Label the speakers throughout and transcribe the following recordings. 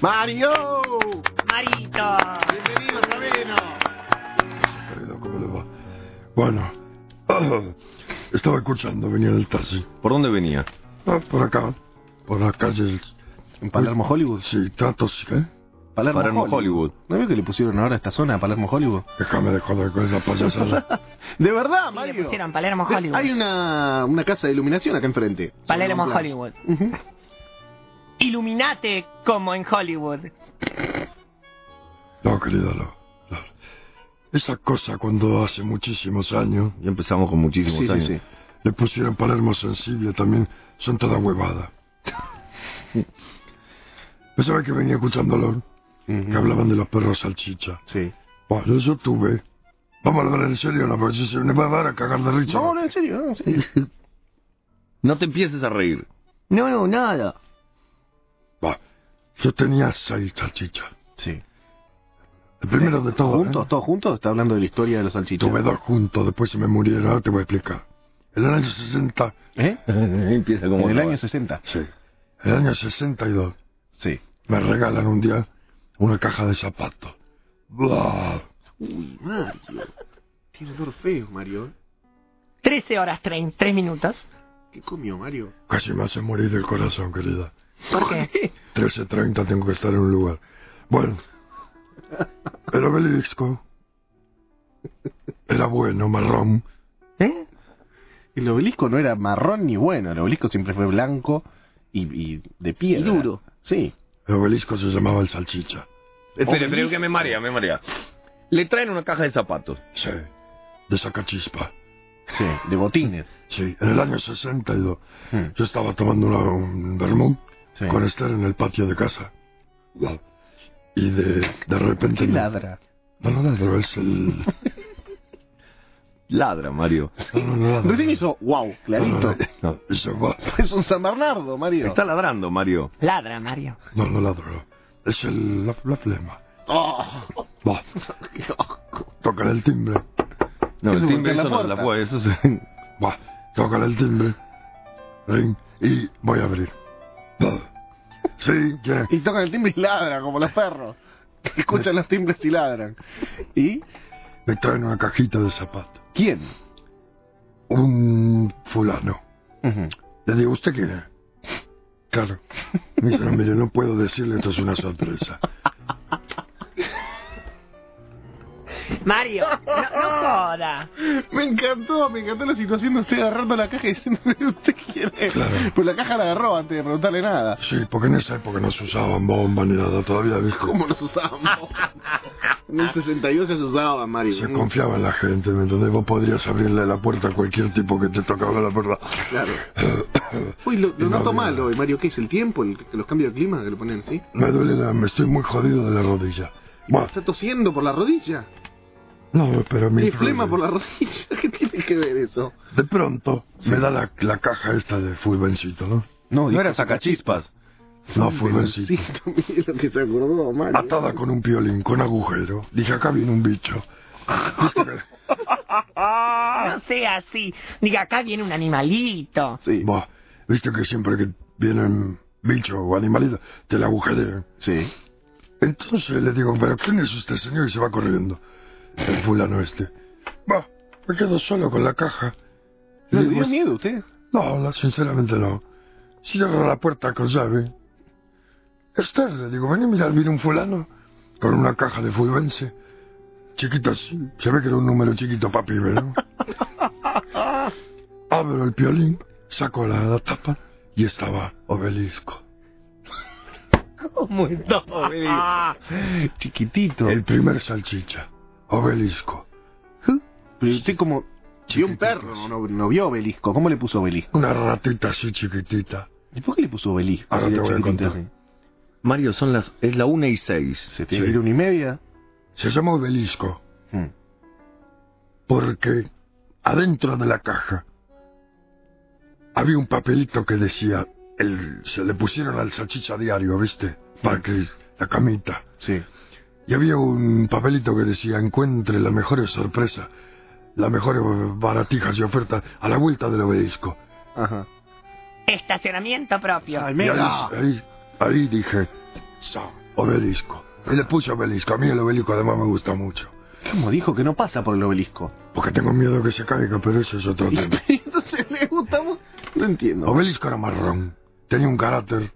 Speaker 1: Mario.
Speaker 2: Marito.
Speaker 1: Bienvenido, Moreno.
Speaker 3: Marino, ¿cómo le va? Bueno, estaba escuchando, venía en el taxi.
Speaker 1: ¿Por dónde venía?
Speaker 3: Ah, por acá, por las calles.
Speaker 4: ¿En Palermo Hollywood?
Speaker 3: Sí, tratos, ¿eh?
Speaker 4: Palermo,
Speaker 1: Palermo Hollywood.
Speaker 4: ¿No vio que le pusieron ahora a esta zona, a Palermo Hollywood?
Speaker 3: Déjame de joder con esa payasada.
Speaker 4: De
Speaker 2: Y
Speaker 4: verdad,
Speaker 2: le
Speaker 4: Mario.
Speaker 2: pusieron Palermo Hollywood.
Speaker 4: Hay una, una casa de iluminación acá enfrente.
Speaker 2: Palermo
Speaker 4: Sobre un
Speaker 2: Hollywood.
Speaker 4: plan. Ujú.
Speaker 2: Iluminate como en Hollywood.
Speaker 3: No, querida, no, no. Esa cosa cuando hace muchísimos años
Speaker 1: Ya empezamos con muchísimos
Speaker 4: Sí, sí,
Speaker 1: años.
Speaker 4: sí.
Speaker 3: le pusieron Palermo sensible también, son toda huevada. Pensaba que venía escuchándolo, que
Speaker 4: Ujú.
Speaker 3: hablaban de los perros salchicha.
Speaker 4: Sí.
Speaker 3: Bueno, yo tuve. Vamos a hablar en serio, no, porque si se me va a dar a cagar de risa.
Speaker 4: No, no, en serio, no, en serio.
Speaker 1: No te empieces a reír.
Speaker 4: No, no, nada.
Speaker 3: Va, yo tenía seis salchichas.
Speaker 4: Sí.
Speaker 3: El primero de todos.
Speaker 4: ¿Juntos?
Speaker 3: ¿eh?
Speaker 4: ¿Todos juntos? Está hablando de la historia de los salchichas.
Speaker 3: Tuve dos juntos, después se me murieron, ahora te voy a explicar. En el año 60,
Speaker 4: ¿Eh?
Speaker 1: Empieza como
Speaker 4: en el
Speaker 1: no.
Speaker 4: año 60.
Speaker 3: sí, en el año 62,
Speaker 4: Sí.
Speaker 3: me regalan un día una caja de zapatos. Bla.
Speaker 4: Uy, Mario. Tiene olor feo, Mario.
Speaker 2: 13 horas 3, minutos.
Speaker 4: ¿Qué comió, Mario?
Speaker 3: Casi me hace morir el corazón, querida.
Speaker 2: ¿Por qué?
Speaker 3: 13.30 tengo que estar en un lugar. Bueno, el obelisco era bueno, marrón.
Speaker 2: ¿Eh?
Speaker 4: El obelisco no era marrón ni bueno. El obelisco siempre fue blanco y, y de piedra.
Speaker 2: Y duro.
Speaker 4: Sí.
Speaker 3: El obelisco se llamaba el salchicha. Oh,
Speaker 1: Espera, espera, que me marea, me marea. Le traen una caja de zapatos.
Speaker 3: Sí, de sacachispa.
Speaker 4: Sí, de botines.
Speaker 3: Sí, en el año 62.
Speaker 4: Hmm.
Speaker 3: Yo estaba tomando una, un vermú
Speaker 4: Sí.
Speaker 3: con Esther en el patio de casa. Y de, de repente...
Speaker 4: ¿Qué
Speaker 3: me-
Speaker 4: ladra?
Speaker 3: No, no ladro, es el...
Speaker 1: Ladra, Mario.
Speaker 3: No, no, no ladro.
Speaker 4: Recién hizo, wow,
Speaker 3: No, no,
Speaker 4: clarito.
Speaker 3: no, y se va.
Speaker 4: Es un San Bernardo, Mario.
Speaker 1: Está ladrando, Mario.
Speaker 2: Ladra, Mario.
Speaker 3: No, no ladro. Es el, la, la flema.
Speaker 4: Oh,
Speaker 3: Va,
Speaker 4: qué oh. asco.
Speaker 3: tocan el timbre.
Speaker 1: No,
Speaker 4: Eso
Speaker 1: el timbre,
Speaker 4: golpea
Speaker 1: eso
Speaker 4: la
Speaker 1: no, la
Speaker 4: puerta.
Speaker 1: puerta, eso es...
Speaker 3: Va, tocan el timbre. Ring, y voy a abrir. Va. Sí, ¿quién es?
Speaker 4: Y tocan el timbre y ladran, como los perros. Que Escuchan los timbres y ladran. ¿Y
Speaker 3: Me traen una cajita de zapatos.
Speaker 4: quién?
Speaker 3: Un fulano.
Speaker 4: Ujú.
Speaker 3: Le digo, ¿usted quién es? Claro. Me dice, no, mire, no puedo decirle, esto es una sorpresa.
Speaker 2: Mario, no, no joda.
Speaker 4: Me encantó, me encantó la situación de usted agarrando la caja y diciendo usted quién es.
Speaker 3: Claro.
Speaker 4: Pues la caja la agarró antes de preguntarle nada.
Speaker 3: Sí, porque en esa época no se usaban bombas ni nada todavía, ¿viste?
Speaker 4: ¿Cómo nos usaban? en el 62 se usaban, Mario.
Speaker 3: Se confiaba en la gente, ¿me entendés? Vos podrías abrirle la puerta a cualquier tipo que te tocaba la puerta.
Speaker 4: Claro. Uy, lo, lo
Speaker 3: Y no
Speaker 4: noto
Speaker 3: había-
Speaker 4: mal hoy, Mario. ¿Qué es el tiempo? El- ¿Los cambios de clima que lo ponen así?
Speaker 3: Me duele la... me estoy muy jodido de la rodilla. Bueno,
Speaker 4: Está tosiendo por la rodilla.
Speaker 3: no, pero mi...
Speaker 4: Tiene flema por la rodilla. ¿Qué tiene que ver eso?
Speaker 3: De pronto me da la, la caja esta de fulbencito, ¿no? pues,
Speaker 1: No, no era sacachispas.
Speaker 3: No, fulbencito.
Speaker 4: mire lo que se acordó, Mario.
Speaker 3: atada con un piolín, con agujero. Dije, acá viene un bicho. ¿Viste que-
Speaker 2: No sea así. Diga, acá viene un animalito.
Speaker 4: Sí.
Speaker 3: Bah, ¿Viste que siempre que vienen bichos o animalitos, te la agujerean?
Speaker 4: Sí.
Speaker 3: Entonces le digo, pero ¿quién es usted, señor? Y se va corriendo. El fulano este. Bah, me quedo solo con la caja. Y
Speaker 4: ¿Le
Speaker 3: digo,
Speaker 4: dio
Speaker 3: "Es-
Speaker 4: miedo a usted?
Speaker 3: No, no, sinceramente no. Cierro la puerta con llave. Esther, le digo, vení a mirar, viene un fulano con una caja de fulvense. Chiquita así, se ve que era un número chiquito papi, ¿verdad? Abro el piolín, saco la, la tapa y estaba obelisco.
Speaker 1: ¿Cómo está?
Speaker 2: Ah,
Speaker 4: Chiquitito.
Speaker 3: El primer salchicha, obelisco.
Speaker 4: Pero usted como... Vio un perro, no, no, no vio obelisco. ¿Cómo le puso obelisco?
Speaker 3: Una ratita así chiquitita.
Speaker 4: ¿Y por qué le puso obelisco?
Speaker 3: Ahora
Speaker 4: Así de
Speaker 3: te voy a
Speaker 4: chiquitito
Speaker 3: contar.
Speaker 4: así.
Speaker 1: Mario, son las... es la una y seis.
Speaker 4: ¿Se
Speaker 3: Sí.
Speaker 4: tiene que ir una y media?
Speaker 3: Se llama obelisco
Speaker 4: Mm.
Speaker 3: porque adentro de la caja había un papelito que decía, el, se le pusieron al salchicha diario, ¿viste? Para que la camita.
Speaker 4: Sí.
Speaker 3: Y había un papelito que decía, encuentre las mejores sorpresas, las mejores baratijas y ofertas a la vuelta del obelisco.
Speaker 4: Ajá.
Speaker 2: estacionamiento propio.
Speaker 4: Ay,
Speaker 3: Y ahí,
Speaker 4: mega.
Speaker 3: ahí, ahí dije, "Sa- obelisco. Y le puse obelisco. A mí el obelisco además me gusta mucho.
Speaker 4: ¿Cómo dijo que no pasa por el obelisco?
Speaker 3: Porque tengo miedo que se caiga, pero eso es otro
Speaker 4: Y
Speaker 3: tema.
Speaker 4: entonces le gusta mu- No entiendo.
Speaker 3: Obelisco era marrón. Tenía un carácter.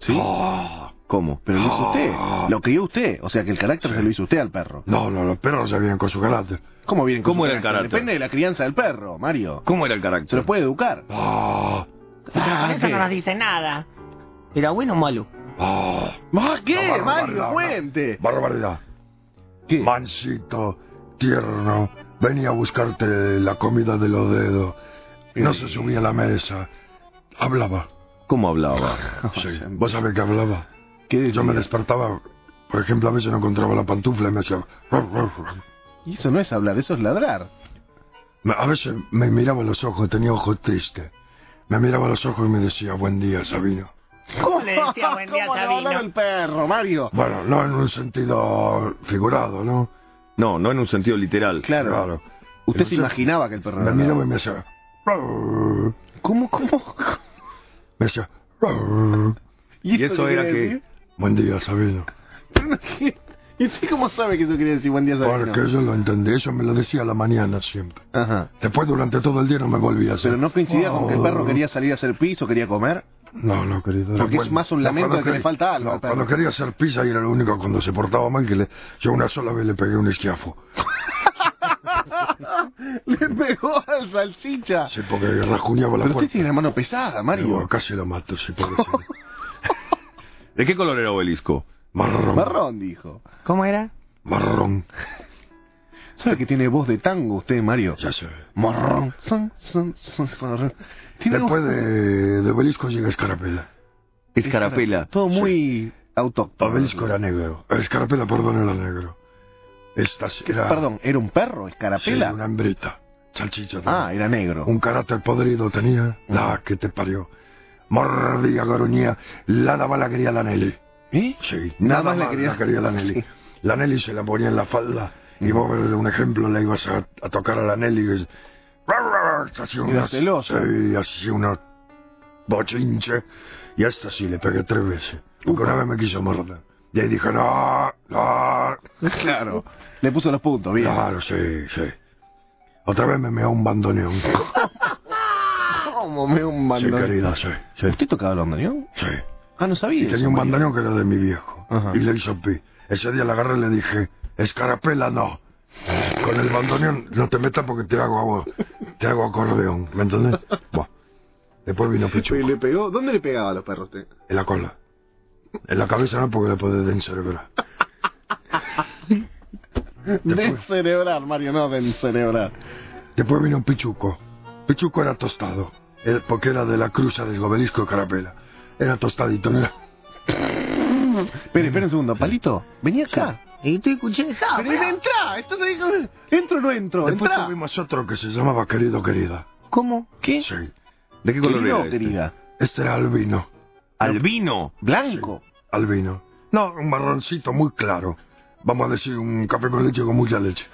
Speaker 4: ¿Sí?
Speaker 3: ¡Ah!
Speaker 4: ¿Cómo? Pero lo hizo usted. Lo crió usted. O sea que el carácter se lo hizo usted al perro.
Speaker 3: No, no, los perros ya vienen con su carácter.
Speaker 4: ¿Cómo viene con
Speaker 1: ¿Cómo
Speaker 4: su
Speaker 1: era el carácter?
Speaker 4: Depende de la crianza del perro, Mario.
Speaker 1: ¿Cómo era el
Speaker 4: Se
Speaker 1: carácter?
Speaker 4: lo puede educar.
Speaker 3: ¡Ah!
Speaker 2: Ah, eso
Speaker 4: ¿qué?
Speaker 2: no nos dice nada. ¿Era bueno o malo?
Speaker 3: ¡Ah!
Speaker 4: ¿Más
Speaker 3: No,
Speaker 4: qué,
Speaker 3: barbaridad,
Speaker 4: Mario?
Speaker 3: no.
Speaker 4: Cuente.
Speaker 3: Barbaridad.
Speaker 4: ¿Qué?
Speaker 3: Mansito, tierno, venía a buscarte la comida de los dedos. No se subía a la mesa. Hablaba.
Speaker 1: ¿Cómo hablaba?
Speaker 3: Sí. Vos sabés que hablaba.
Speaker 4: ¿Qué decía?
Speaker 3: Yo me despertaba. Por ejemplo, a veces no encontraba la pantufla y me hacía. "Ruf, ruf, ruf".
Speaker 4: Y Eso no es hablar, eso es ladrar.
Speaker 3: Me- A veces me miraba a los ojos, tenía ojos tristes. Me miraba a los ojos y me decía, buen día, Sabino.
Speaker 2: ¿Cómo le decía buen día a
Speaker 4: ¿Cómo le va a hablar
Speaker 2: Sabino?
Speaker 4: el perro, Mario?
Speaker 3: Bueno, no en un sentido figurado, ¿no?
Speaker 1: No, no en un sentido literal.
Speaker 4: Claro.
Speaker 3: Claro.
Speaker 4: Usted
Speaker 3: Pero
Speaker 4: se
Speaker 3: yo-
Speaker 4: imaginaba que el perro
Speaker 3: Me
Speaker 4: hablaba.
Speaker 3: miraba y me hacía... "Ruf".
Speaker 4: ¿Cómo, cómo?
Speaker 3: Me hacía... "Ruf".
Speaker 1: Y eso
Speaker 4: qué
Speaker 1: era
Speaker 4: quiere
Speaker 1: que-
Speaker 4: decir?
Speaker 3: Buen día, Sabino.
Speaker 4: Pero no- ¿Y usted cómo sabe que eso quería decir buen día Sabino?
Speaker 3: Porque yo lo entendí, eso me lo decía a la mañana siempre.
Speaker 4: Ajá.
Speaker 3: Después durante todo el día no me volvía a hacer.
Speaker 4: Pero no coincidía con que el perro
Speaker 3: Oh.
Speaker 4: quería salir a hacer piso, quería comer.
Speaker 3: No, no, querido. era
Speaker 4: Porque es
Speaker 3: bueno.
Speaker 4: más un
Speaker 3: No,
Speaker 4: lamento
Speaker 3: cuando
Speaker 4: de que le
Speaker 3: quería-
Speaker 4: falta algo
Speaker 3: no,
Speaker 4: al perro.
Speaker 3: cuando quería hacer pizza y era lo único cuando se portaba mal que le, yo una sola vez le pegué un esquiafo.
Speaker 4: Le pegó al salchicha.
Speaker 3: Sí, porque rajuñaba la
Speaker 4: Ah. Pero usted
Speaker 3: puerta.
Speaker 4: tiene la mano pesada, Mario.
Speaker 3: Digo, casi la mato, sí, pobrecito.
Speaker 1: ¿De qué color era obelisco?
Speaker 3: Marrón.
Speaker 4: Marrón, dijo.
Speaker 2: ¿Cómo era?
Speaker 3: Marrón.
Speaker 4: ¿Sabe que tiene voz de tango usted, Mario?
Speaker 3: Ya sé.
Speaker 4: Marrón. Son, son, son, son. Tiene
Speaker 3: Después
Speaker 4: voz-
Speaker 3: de, de Obelisco llega Escarapela.
Speaker 1: Escarapela.
Speaker 4: Todo muy autóctono.
Speaker 3: Obelisco era negro. Escarapela, perdón, era negro. Esta sí era...
Speaker 4: Perdón, ¿era un perro?
Speaker 3: sí,
Speaker 4: ¿Escarapela?
Speaker 3: una hembrita. Salchicha también.
Speaker 4: Ah, era negro.
Speaker 3: Un carácter podrido tenía. Ah, que te parió. Mordía, garuñía. La daba la quería la Nelly.
Speaker 4: ¿Eh?
Speaker 3: Sí, nada,
Speaker 4: Nada más
Speaker 3: más
Speaker 4: la
Speaker 3: la
Speaker 4: quería-
Speaker 3: quería, la Nelly.
Speaker 4: Sí.
Speaker 3: La Nelly se la ponía en la falda y vos, un ejemplo, le ibas a, a tocar a la Nelly y es- hacía
Speaker 4: Era
Speaker 3: unas-
Speaker 4: celosa.
Speaker 3: Sí, hacía una bochinche y hasta sí le pegué tres veces. Porque una vez me quiso morder. Y ahí dije, no, no,
Speaker 4: Claro. Le puso los puntos, bien.
Speaker 3: claro, sí, sí. Otra vez me meó un bandoneón.
Speaker 4: ¿Cómo me un
Speaker 3: Sí,
Speaker 4: bandoneón?
Speaker 3: querida, sí, sí,
Speaker 4: ¿Usted tocaba el bandoneón?
Speaker 3: sí.
Speaker 4: Ah, no sabía.
Speaker 3: Y
Speaker 4: eso,
Speaker 3: tenía un
Speaker 4: Mario.
Speaker 3: bandoneón que era de mi viejo.
Speaker 4: Ajá.
Speaker 3: Y le hizo pi. Ese día la agarré y le dije, escarapela no. Con el bandoneón no te metas porque te hago a vos. Te hago acordeón, ¿me entendés? Bueno. Después vino
Speaker 4: Y
Speaker 3: Pichuco.
Speaker 4: le pegó. ¿Dónde le pegaba a los perros usted?
Speaker 3: En la cola. En la cabeza no porque le podés encerebrar. Eh,
Speaker 4: Descerebrar, Mario, no descerebrar.
Speaker 3: Después vino Pichuco. Pichuco era tostado. eh, Porque era de la cruza del gobelisco de carapela. Era tostadito, no era.
Speaker 4: Espera, espera un segundo. Palito, vení acá.
Speaker 2: Y tú escuché esa.
Speaker 4: Pero entra, esto te dijo. ¿Entro o no entro?
Speaker 3: Después
Speaker 4: Entra.
Speaker 3: tuvimos otro que se llamaba Querido Querida.
Speaker 2: ¿Cómo?
Speaker 4: ¿Qué?
Speaker 3: Sí.
Speaker 1: ¿De qué color
Speaker 4: Querido,
Speaker 1: era? este?
Speaker 4: querida.
Speaker 3: Este era albino.
Speaker 1: Albino.
Speaker 4: Blanco.
Speaker 3: albino. No, un marroncito muy claro. Vamos a decir un café con leche con mucha leche.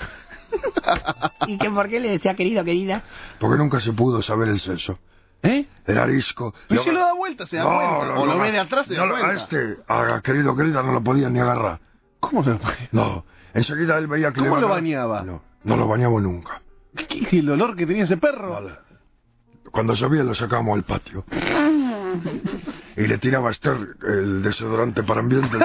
Speaker 2: ¿Y que por qué le decía querido, querida?
Speaker 3: Porque nunca se pudo saber el sexo.
Speaker 4: ¿Eh?
Speaker 3: Era arisco.
Speaker 4: Pero
Speaker 3: No,
Speaker 4: si lo da vuelta, Pues se da
Speaker 3: no,
Speaker 4: cuenta.
Speaker 3: no,
Speaker 4: o lo
Speaker 3: no,
Speaker 4: ve de atrás, se da
Speaker 3: no,
Speaker 4: cuenta.
Speaker 3: A este, a querido querida, no lo podía ni agarrar.
Speaker 4: ¿Cómo se
Speaker 3: No. Enseguida él veía que
Speaker 4: ¿Cómo
Speaker 3: le
Speaker 4: lo
Speaker 3: iba a agarrar.
Speaker 4: bañaba?
Speaker 3: No, no lo bañamos nunca.
Speaker 4: ¿Qué, qué, qué el olor que tenía ese perro?
Speaker 3: Cuando llovía lo sacábamos al patio. Y le tiraba a Esther el desodorante para ambiente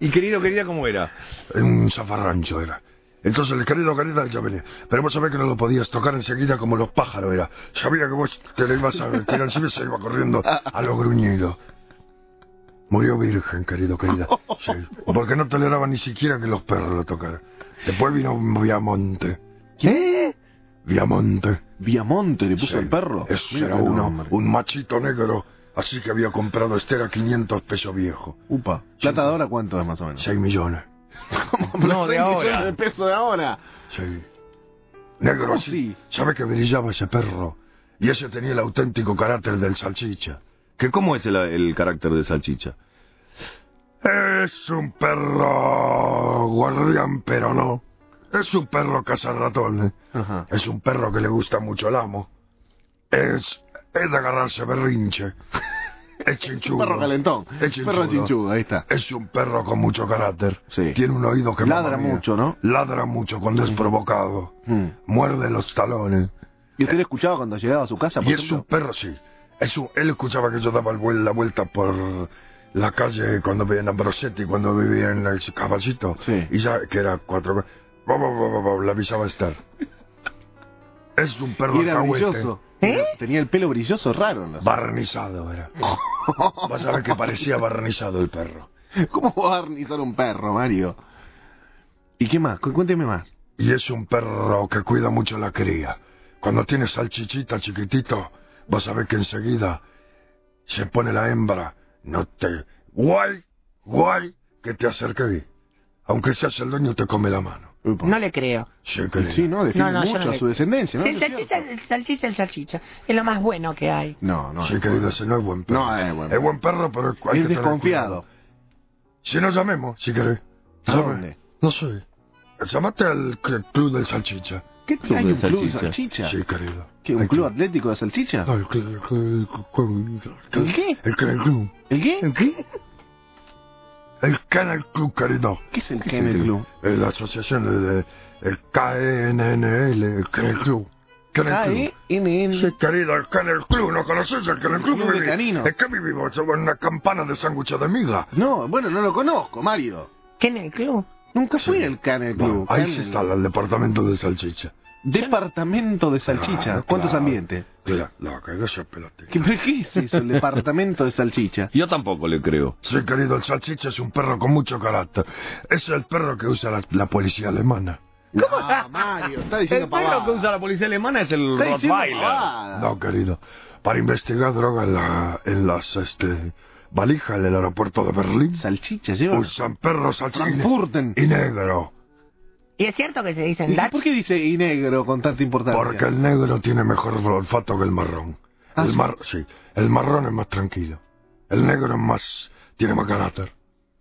Speaker 1: ¿Y querido, querida, cómo era?
Speaker 3: en un zafarrancho era. Entonces el querido querida ya venía. Pero vos sabés que no lo podías tocar enseguida como los pájaros era. Sabía que vos te lo ibas a tirar encima y se iba corriendo a los gruñidos. Murió virgen, querido querida. Sí. Porque no toleraba ni siquiera que los perros lo tocaran. Después vino Viamonte.
Speaker 4: ¿Qué?
Speaker 3: Viamonte.
Speaker 4: Viamonte le puso
Speaker 3: Sí.
Speaker 4: el perro.
Speaker 3: Ese
Speaker 4: Mira
Speaker 3: era
Speaker 4: qué
Speaker 3: uno,
Speaker 4: nombre.
Speaker 3: un machito negro. Así que había comprado Esther a 500 pesos viejo.
Speaker 4: Upa. ¿Plata de ahora cuánto es más o menos?
Speaker 3: 6 millones.
Speaker 1: No, de
Speaker 4: Seis millones
Speaker 1: ahora.
Speaker 4: de pesos de ahora.
Speaker 3: Sí. Negro
Speaker 4: ¿Cómo
Speaker 3: así.
Speaker 4: sí?
Speaker 3: ¿Sabe que brillaba ese perro? Y ese tenía el auténtico carácter del salchicha.
Speaker 1: ¿Que ¿Cómo es el, el carácter de salchicha?
Speaker 3: Es un perro guardián, pero no. Es un perro cazarratones.
Speaker 4: Ajá.
Speaker 3: Es un perro que le gusta mucho el amo. Es, es de agarrarse berrinche. Es
Speaker 4: Un
Speaker 3: chinchudo.
Speaker 4: perro calentón.
Speaker 3: Es chinchudo.
Speaker 4: Perro chinchudo, ahí está.
Speaker 3: Es un perro con mucho carácter.
Speaker 4: Sí.
Speaker 3: Tiene un oído que mamma
Speaker 4: Ladra
Speaker 3: mía.
Speaker 4: mucho, ¿no?
Speaker 3: Ladra mucho cuando es provocado.
Speaker 4: Mm.
Speaker 3: Muerde los talones.
Speaker 4: ¿Y usted lo escuchaba cuando llegaba a su casa? por
Speaker 3: Y es un
Speaker 4: ejemplo?
Speaker 3: perro, sí. Es un- él escuchaba que yo daba el vuel- la vuelta por la calle cuando vivía en Ambrosetti, cuando vivía en el caballito.
Speaker 4: Sí.
Speaker 3: Y ya, que era cuatro. ba, ba, ba, ba, ba, le avisaba a estar. Es un perro
Speaker 4: Y era
Speaker 3: alcahuete.
Speaker 4: brilloso. Tenía el pelo brilloso raro. en los-
Speaker 3: Barnizado era. Vas a ver que parecía barnizado el perro.
Speaker 4: ¿Cómo va a barnizar un perro, Mario? ¿Y qué más? Cu- Cuénteme más.
Speaker 3: Y es un perro que cuida mucho la cría. Cuando tiene salchichita chiquitito, vas a ver que enseguida se pone la hembra. No te... Guay, guay, que te acerque. Aunque seas el dueño, te come la mano.
Speaker 4: Upa.
Speaker 2: No le creo.
Speaker 3: Sí, querido.
Speaker 4: Sí, ¿no? Define
Speaker 2: No, no, yo
Speaker 4: mucho
Speaker 2: no
Speaker 4: a
Speaker 2: le-
Speaker 4: su descendencia, ¿no?
Speaker 2: El salchicha, el salchicha, el salchicha. Es lo más bueno que hay.
Speaker 4: No, no.
Speaker 3: Sí, querido, ese no es buen perro.
Speaker 4: No, es buen
Speaker 3: Es buen perro, pero hay
Speaker 4: Es
Speaker 3: que tener
Speaker 4: desconfiado.
Speaker 3: cuidado. Si no llamemos, si querés.
Speaker 4: ¿A
Speaker 3: Llama.
Speaker 4: dónde?
Speaker 3: No sé. Llamate al cl- club del salchicha.
Speaker 4: ¿Qué
Speaker 1: club
Speaker 4: hay
Speaker 1: de
Speaker 4: un club de
Speaker 1: salchicha?
Speaker 4: salchicha?
Speaker 3: Sí, querido.
Speaker 4: ¿Qué, ¿Un
Speaker 3: Hay
Speaker 4: club
Speaker 3: que-
Speaker 4: atlético de salchicha?
Speaker 3: Ah, el club- el club-
Speaker 4: ¿El qué?
Speaker 3: El Canal Club.
Speaker 4: ¿El qué?
Speaker 3: qué? El Canal Club, querido.
Speaker 4: ¿Qué es el qué en el club?
Speaker 3: Eh, La asociación de, de- el KNNL, el Canal Club. Canal
Speaker 4: E
Speaker 3: Club.
Speaker 4: K-E-N-N.
Speaker 3: Sí, querido, el Canal Club, ¿no conoces el Canal Club?
Speaker 4: Club de
Speaker 3: Vivi?
Speaker 4: caninos.
Speaker 3: Es que vivimos sobre una campana de sándwich de miga.
Speaker 4: No, bueno, no lo conozco, Mario.
Speaker 2: ¿Qué en el club?
Speaker 4: Nunca fui al Canel
Speaker 3: Bueno,
Speaker 4: Club.
Speaker 3: ahí
Speaker 4: Canel-
Speaker 3: se instala el departamento de salchicha.
Speaker 4: Departamento de salchicha.
Speaker 3: Claro,
Speaker 4: ¿Cuántos
Speaker 3: claro.
Speaker 4: ambientes?
Speaker 3: Mira, la que no se pelate.
Speaker 4: ¿Qué, pero qué es eso? El departamento de salchicha.
Speaker 1: Yo tampoco le creo.
Speaker 3: Sí, querido, el salchicha es un perro con mucho carácter. Es el perro que usa la- la policía alemana.
Speaker 4: No, Mario, está diciendo
Speaker 1: El perro que usa la policía alemana es el Rottweiler.
Speaker 3: No, querido. Para investigar droga en, la- en las este, valijas en el aeropuerto de Berlín,
Speaker 4: Salchicha, lleva.
Speaker 3: usan perros al
Speaker 4: Frankfurten.
Speaker 3: y negro.
Speaker 2: ¿Y es cierto que se dicen
Speaker 4: ¿Y
Speaker 2: Dutch?
Speaker 4: ¿Por qué dice y negro con tanta importancia?
Speaker 3: Porque el negro tiene mejor olfato que el marrón.
Speaker 4: Ah,
Speaker 3: el,
Speaker 4: sí.
Speaker 3: mar- sí, el marrón es más tranquilo. El negro es más... tiene más carácter.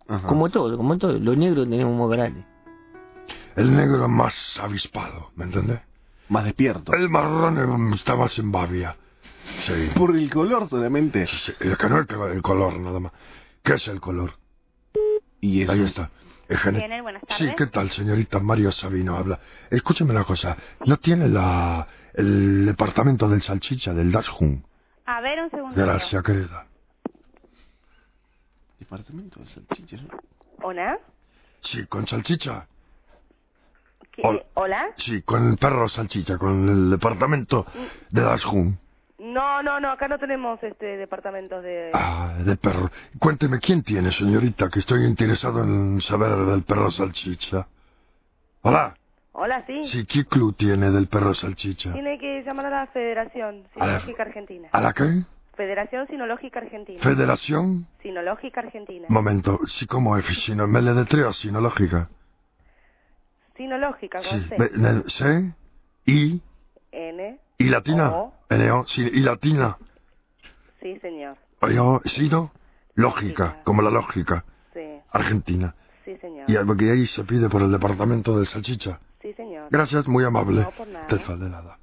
Speaker 4: Ajá.
Speaker 2: Como todo, como todo. Los negros tenemos muy grande.
Speaker 3: El negro es más avispado, ¿me entendés?
Speaker 4: Más despierto.
Speaker 3: El marrón em, está más en babia. Sí.
Speaker 4: Por el color solamente.
Speaker 3: Sí, El que no es el color, nada más. ¿Qué es el color?
Speaker 4: Y
Speaker 3: Ahí
Speaker 4: eso.
Speaker 3: está. Es gene-
Speaker 5: Tiene, buenas
Speaker 3: Sí,
Speaker 5: tardes.
Speaker 3: ¿qué tal, señorita Mario Sabino? Habla. Escúcheme una cosa. ¿No tiene la, el departamento del salchicha del Dashun?
Speaker 5: A ver, un segundo.
Speaker 3: Gracias, querida.
Speaker 4: Departamento de salchicha.
Speaker 5: Hola.
Speaker 3: Sí, con salchicha.
Speaker 5: ¿Qué-
Speaker 3: Hola.
Speaker 5: Hola.
Speaker 3: Sí, con el perro salchicha, con el departamento de Dashun.
Speaker 5: No, no, no, acá no tenemos este departamentos de...
Speaker 3: Ah, de perro. Cuénteme, ¿quién tiene, señorita? Que estoy interesado en saber del perro salchicha. Hola.
Speaker 5: Hola, sí.
Speaker 3: Sí, ¿qué club tiene del perro salchicha?
Speaker 5: Tiene que llamar a la Federación
Speaker 3: A Ah. la-
Speaker 5: Sinológica Argentina.
Speaker 3: ¿A la qué?
Speaker 5: Federación Sinológica Argentina.
Speaker 3: ¿Federación?
Speaker 5: Sinológica Argentina.
Speaker 3: Momento, sí, ¿cómo es? Sino, me le detreo, sino lógica.
Speaker 5: Sinológica, con
Speaker 3: Sí,
Speaker 5: C.
Speaker 3: me- me- C, I,
Speaker 5: N.
Speaker 3: y latina.
Speaker 5: Ojo.
Speaker 3: N, O, sí, y latina.
Speaker 5: Sí, señor.
Speaker 3: Yo, sino, lógica,
Speaker 5: Lógica.
Speaker 3: como la lógica,
Speaker 5: Sí,
Speaker 3: argentina.
Speaker 5: sí, señor.
Speaker 3: Y algo que ahí se pide por el departamento del salchicha.
Speaker 5: Sí, señor.
Speaker 3: Gracias, muy amable.
Speaker 5: No, por nada. ¿eh?
Speaker 3: Te fa- de nada.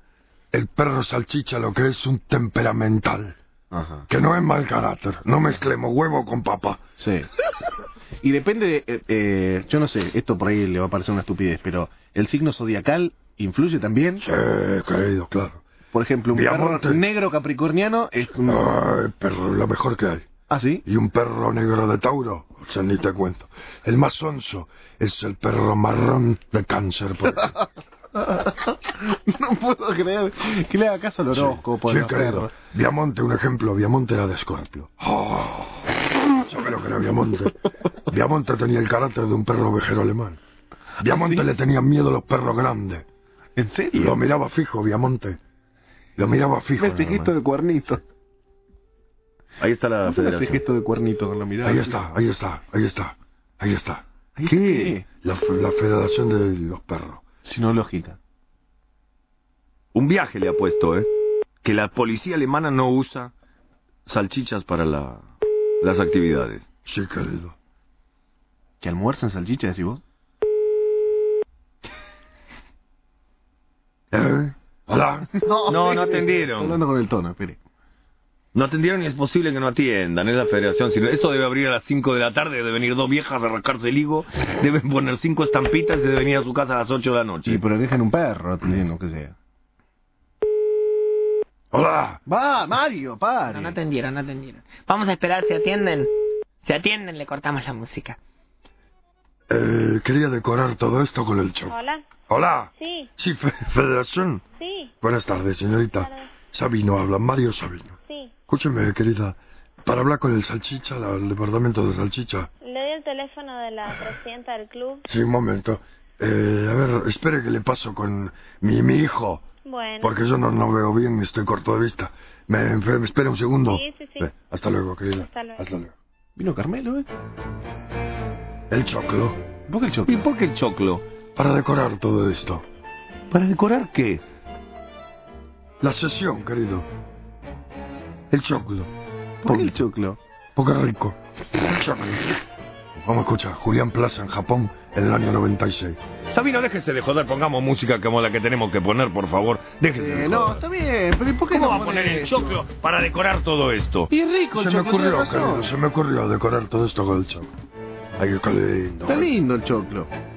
Speaker 3: El perro salchicha lo que es un temperamental,
Speaker 4: Ajá.
Speaker 3: que no es mal carácter. No mezclemos huevo con papa.
Speaker 4: Sí. Y depende de. eh, eh, yo no sé, esto por ahí le va a parecer una estupidez, pero el signo zodiacal influye también.
Speaker 3: Sí, querido, claro.
Speaker 4: Por ejemplo, un perro
Speaker 3: Diamante. Ah.
Speaker 4: negro capricorniano es un.
Speaker 3: Ay, perro, lo mejor que hay.
Speaker 4: Ah, sí.
Speaker 3: Y un perro negro de Tauro, o sea, ni te cuento. El más sonso es el perro marrón de cáncer. Por ejemplo.
Speaker 4: No puedo creer que le haga caso al horóscopo.
Speaker 3: Sí,
Speaker 4: a los
Speaker 3: querido.
Speaker 4: perros.
Speaker 3: Viamonte, un ejemplo. Viamonte era de escorpio. Oh, yo creo que era Viamonte. Viamonte tenía el carácter de un perro ovejero alemán.
Speaker 4: ¿Ah,
Speaker 3: Viamonte le tenían miedo a los perros grandes.
Speaker 4: ¿En serio?
Speaker 3: Lo miraba fijo, Viamonte. Lo miraba fijo.
Speaker 4: Me
Speaker 3: nada
Speaker 4: hace este gesto
Speaker 3: más.
Speaker 4: de cuernito.
Speaker 1: Ahí está la
Speaker 4: Me hace
Speaker 1: federación.
Speaker 4: gesto de cuernito con la mirada.
Speaker 3: Ahí está, ahí está, ahí está. Ahí está.
Speaker 4: Ahí
Speaker 3: ¿Qué?
Speaker 4: está,
Speaker 3: La, la Federación de los Perros.
Speaker 4: Sinológica.
Speaker 1: Un viaje le ha puesto, ¿eh? Que la policía alemana no usa salchichas para la- las actividades.
Speaker 3: Sí, querido.
Speaker 4: ¿Que almuerzan salchicha, decís vos?
Speaker 3: ¿Eh? Hola.
Speaker 1: No, no atendieron.
Speaker 3: Eh,
Speaker 4: Estoy hablando con el tono, espere.
Speaker 1: No atendieron y es posible que no atiendan, es la federación. Si no- esto debe abrir a las 5 de la tarde, deben ir dos viejas a rascarse el higo, deben poner cinco estampitas y deben ir a su casa a las 8 de la noche.
Speaker 4: Sí, pero dejan un perro atendiendo, que sea.
Speaker 3: Hola.
Speaker 4: Va, Mario,
Speaker 2: No,
Speaker 4: pare.
Speaker 2: no atendieron, no atendieron. Vamos a esperar, si atienden. Si atienden, le cortamos la música.
Speaker 3: Eh, quería decorar todo esto con el show.
Speaker 6: Hola.
Speaker 3: Hola.
Speaker 6: Sí,
Speaker 3: Sí, fe- Federación.
Speaker 6: sí,
Speaker 3: Buenas tardes, señorita. Sabino habla, Mario Sabino.
Speaker 6: sí.
Speaker 3: Escúcheme, querida. Para hablar con el salchicha, la- el departamento de salchicha.
Speaker 6: Le doy el teléfono de la presidenta del club.
Speaker 3: Sí, un momento. Eh, a ver, espere que le paso con mi, mi hijo.
Speaker 6: Bueno.
Speaker 3: Porque yo no, no veo bien, estoy corto de vista. Me, enfer- espera un segundo.
Speaker 6: Sí, sí, sí.
Speaker 3: Eh, hasta luego, querida.
Speaker 6: Hasta luego.
Speaker 4: Vino Carmelo, ¿eh?
Speaker 3: El choclo.
Speaker 4: ¿Por qué el
Speaker 1: ¿Y
Speaker 4: choque?
Speaker 1: por qué el choclo?
Speaker 3: Para decorar todo esto.
Speaker 1: ¿Para decorar qué?
Speaker 3: La sesión, querido. El choclo.
Speaker 4: ¿Por qué el choclo?
Speaker 3: Porque rico. El choclo. Vamos a escuchar. Julián Plaza en Japón en el año 96.
Speaker 1: Sabino, déjese de joder, pongamos música como la que tenemos que poner, por favor. Déjese de
Speaker 4: Eh, no,
Speaker 1: joder.
Speaker 4: está bien, pero ¿y por qué
Speaker 1: ¿Cómo
Speaker 4: no
Speaker 1: va a poner el
Speaker 4: esto?
Speaker 1: choclo para decorar todo esto?
Speaker 4: Y es rico
Speaker 3: Se
Speaker 4: el
Speaker 3: me
Speaker 4: choclo,
Speaker 3: ocurrió,
Speaker 4: tenés razón.
Speaker 3: querido. Se me ocurrió decorar todo esto con el choclo. Ay, qué lindo.
Speaker 4: Está lindo el choclo.